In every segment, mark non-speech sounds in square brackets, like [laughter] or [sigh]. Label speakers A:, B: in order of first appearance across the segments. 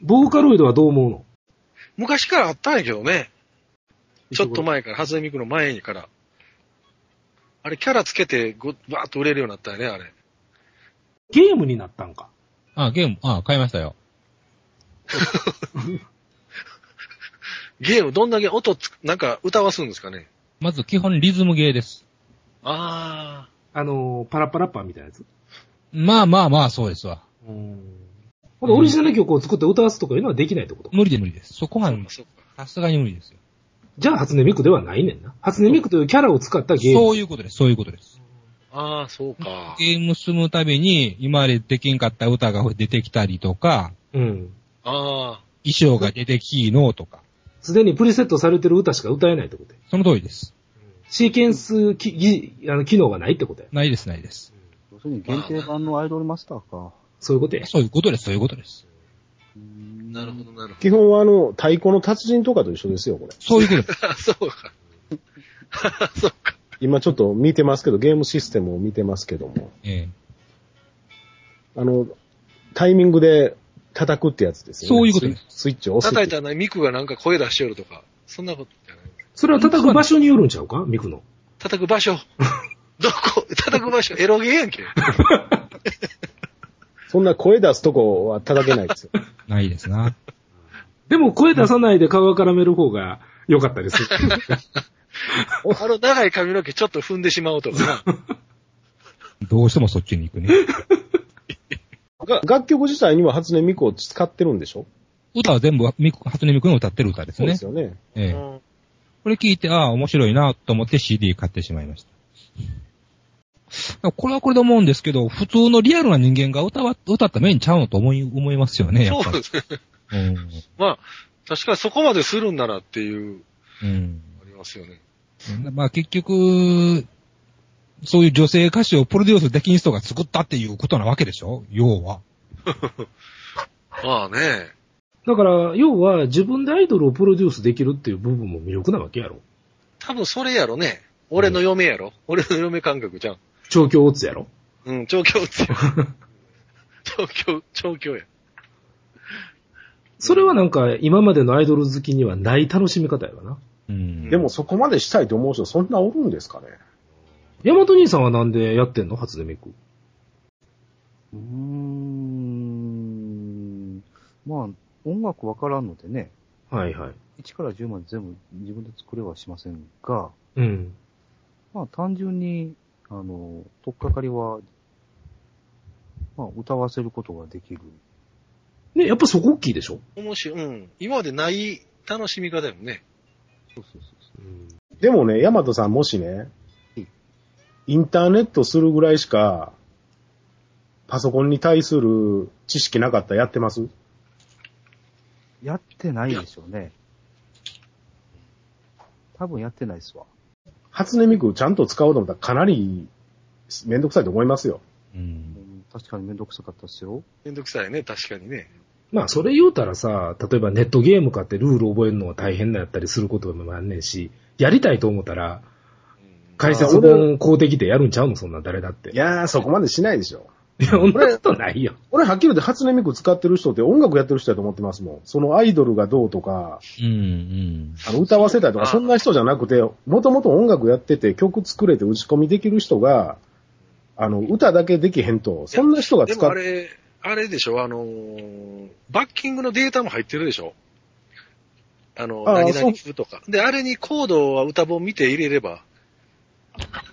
A: ボーカロイドはどう思うの
B: 昔からあったんやけどね。ちょっと。前から、初音ミクの前にから。あれ、キャラつけて、ご、バーっと売れるようになったよね、あれ。
A: ゲームになったんか。
C: あ、ゲーム、あ、買いましたよ。
B: ゲームどんだけ音つく、なんか歌わすんですかね。
C: まず基本リズムゲーです。
B: あ
A: あのー、パラパラッパーみたいなやつ。
C: まあまあまあ、そうですわ。
A: うん。ほんでオリジナル曲を作って歌わすとかいうのはできないってこと
C: 無理で無理です。そこ
B: あ。
C: は
B: そう、かそうか。
C: さすがに無理ですよ。
A: じゃあ、初音ミクではないねんな。初音ミクというキャラを使ったゲーム。
C: そういうことです、そういうことです。
B: ああ、そうか。
C: ゲーム進むたびに、今までできんかった歌が出てきたりとか、
A: うん。
B: ああ。
C: 衣装が出てきいのとか、
A: すでにプリセットされてる歌しか歌えないってことや
C: その通りです。
A: シーケンスきぎあの機能がないってことや。
C: ないです、ないです。
D: 要するに限定版のアイドルマスターか。
A: そういうことや。
C: そういうことです、そういうことです。
D: うん
B: なるほど、なるほ
E: 基本はあの、太鼓の達人とかと一緒ですよ、これ。
C: そういうこと
B: [laughs]
C: です。
B: ど。あ [laughs] そうか。そうか。
E: 今ちょっと見てますけど、ゲームシステムを見てますけども、
C: ええ
E: あの、タイミングで叩くってやつですよね。
C: そういうことです
E: スイスイッチを押す
B: 叩
E: っ
B: い
E: て
B: たらミクがなんか声出しよるとか。そんなことじゃない。
A: それは叩く場所によるんちゃうかミクの。
B: 叩く場 [laughs] 所。どこ [laughs] 叩く場所。エロゲーやん [laughs] け。
E: そんな声出すとこは叩けな
C: [laughs]
E: いですよ。
C: ないですな。
A: でも声出さないで顔を絡める方が良かったでする。
B: あの長い髪の毛ちょっと踏んでしまおうとかな。
C: どうしてもそっちに行くね。
E: が楽曲自体には初音ミクを使ってるんでしょ
C: 歌は全部ミク、初音ミクの歌ってる歌です
E: そうで
C: ね
E: す。よね。
C: ええ
B: うん
C: これ聞いて、ああ、面白いなと思って CD 買ってしまいました。これはこれで思うんですけど、普通のリアルな人間が歌わ、歌った面ちゃうのと思い、思いますよね、やっ
B: そう
C: ぱり。
B: ですね。
C: うん
B: まあ、確かにそこまでするんならっていう、
C: うん。
B: ありますよね。
C: まあ結局、そういう女性歌手をプロデュースできん人が作ったっていうことなわけでしょ要は。
B: まあね。
A: [laughs] だから、要は自分でアイドルをプロデュースできるっていう部分も魅力なわけやろ。
B: 多分それやろね。俺の嫁やろ。俺の嫁感覚じゃん。
A: 調教オッツやろ。
B: うん、調教っていう。 [laughs] 調教、調教や。
A: それはなんか今までのアイドル好きにはない楽しみ方やわな。
C: うん。
E: でもそこまでしたいと思う人そんなおるんですかね
A: ヤマト兄さんはなんでやってんの初音ミク。
D: うーん。まあ、音楽わからんのでね、
A: はいはい。
D: 1から10まで全部自分で作れはしませんが、
A: うん。
D: まあ単純に、あの、とっかかりは、まあ歌わせることができる。
A: ね、やっぱそこ大きいでしょ。
B: 面白い。うん。今までない楽しみ方やもんね。
D: そうそうそうそ
E: でもね、ヤマトさんもしね
D: うん、
E: インターネットするぐらいしか、パソコンに対する知識なかったらやってます
D: う。やってないでしょうね。多分やってないっすわ。
E: 初音ミクちゃんと使おうと思ったらかなりめんどくさいと思いますよ。
C: う。
D: うんん確かにめんどくさかったっすよ。
B: めんどくさいね、確かにね。
A: まあ、それ言うたらさ、例えばネットゲーム買ってルール覚えるのが大変だったりすることもあんねんし、やりたいと思ったら、解説本買うてきてやるんちゃうのそんな誰だって。
E: いやー、そこまでしないでしょ。
A: いや、そんなことない [laughs] よ。
E: 俺はっきり言って初音ミク使ってる人って音楽やってる人だと思ってますもん。そのアイドルがどうとか、
C: うん。うん。
E: あの歌わせたりとか、そんな人じゃなくて、もともと音楽やってて曲作れて打ち込みできる人が、あの、歌だけできへんと、そんな人が
B: で
E: 使
B: もあ
E: っ
B: れ、あれでしょ、あのーバッキングのデータも入ってるでしょ。あの、
E: ああ
B: 何々風とか。で、あれにコードは歌本見て入れれば、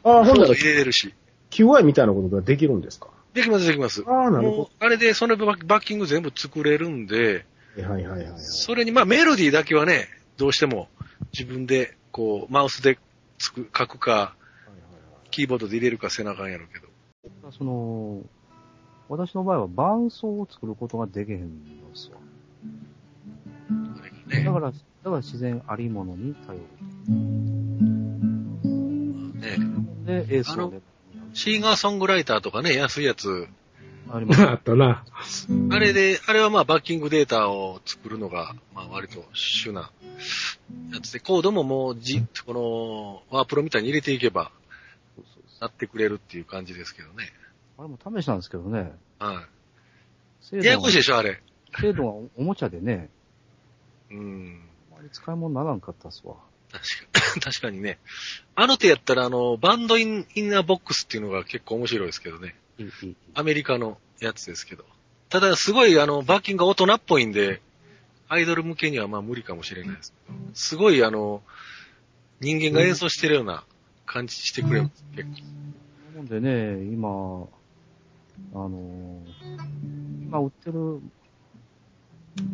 E: ああ、
B: コ
E: ほん
B: ー
E: な
B: ド
E: ら
B: 入れれるし。
E: QI みたいなことができるんですか
B: できます、できます。
E: ああ、なる
B: もう
E: ほ、
B: あれで、そのババッキング全部作れるんで、
E: ど。はいはいはいはい。
B: それに、まあメロディーだけはね、どうしても自分で、こう、マウスでつく書くか、キーボードで入れるか背中やろうけど。
D: その、私の場合は伴奏を作ることができへんのですよ。
B: あれがね
D: だから、だから自然ありものに頼る。
B: ね
D: で、エースをね、
B: シーガーソングライターとかね、安いやつ。
D: あります。
A: あったな。
B: あれで、あれはまあバッキングデータを作るのが、まあ割と主なやつで、コードももうじ、このワープロみたいに入れていけば
D: そうそうそう
B: なってくれるっていう感じですけどね。
D: あれも試したんですけどね。
B: は
D: 精
B: い。
D: 度
B: やや
D: が
B: こしいでしょ、あれ。
D: 程度はおおもちゃでね、
B: うん。
D: あまり使い物にならんかったっすわ。
B: 確か確かに [laughs] ね。あの手やったら、あの、バンドインインナーボックスっていうのが結構面白いですけどね。
D: いいいい
B: アメリカのやつですけど。ただ、すごい、あの、バッキンが大人っぽいんで、アイドル向けにはまあ無理かもしれないですけど。すごい、あの、人間が演奏してるような感じしてくれます、結構。
D: なのでね、今、あのー今売ってる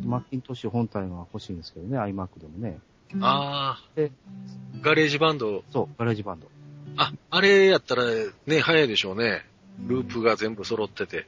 D: マッキントッシュ本体が欲しいんですけどね、iMac でもね。
B: あ
D: え
B: あ、ガレージバンド。
D: そう、ガレージバンド。
B: あ、あれやったらね、早いでしょうね。ループが全部揃ってて。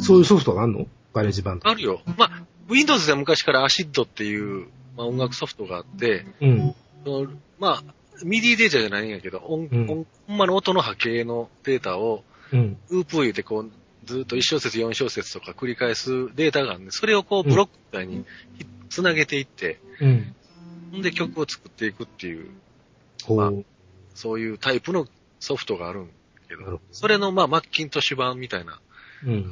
A: そういうソフトがあんのガレージバンド。
B: あるよ。まあ、Windows では昔から ACID っていう、まあ、音楽ソフトがあって、
A: うん。
B: そのまあ、ミディデータじゃないんやけど、音、
A: うん
B: 音ほんまの音の波形のデータを、
A: うん。
B: ウープ言うてこう、ずっと1小節4小節とか繰り返すデータがあるんで、それをこうブロックみたいにひ繋げていって、
A: うん。
B: ほんで曲を作っていくっていう、
A: ほう。
B: まあそういうタイプのソフトがあるんやけ
A: なるほ
B: ど
A: ど、
B: それのまあマッキントッシュ版みたいな
A: うん。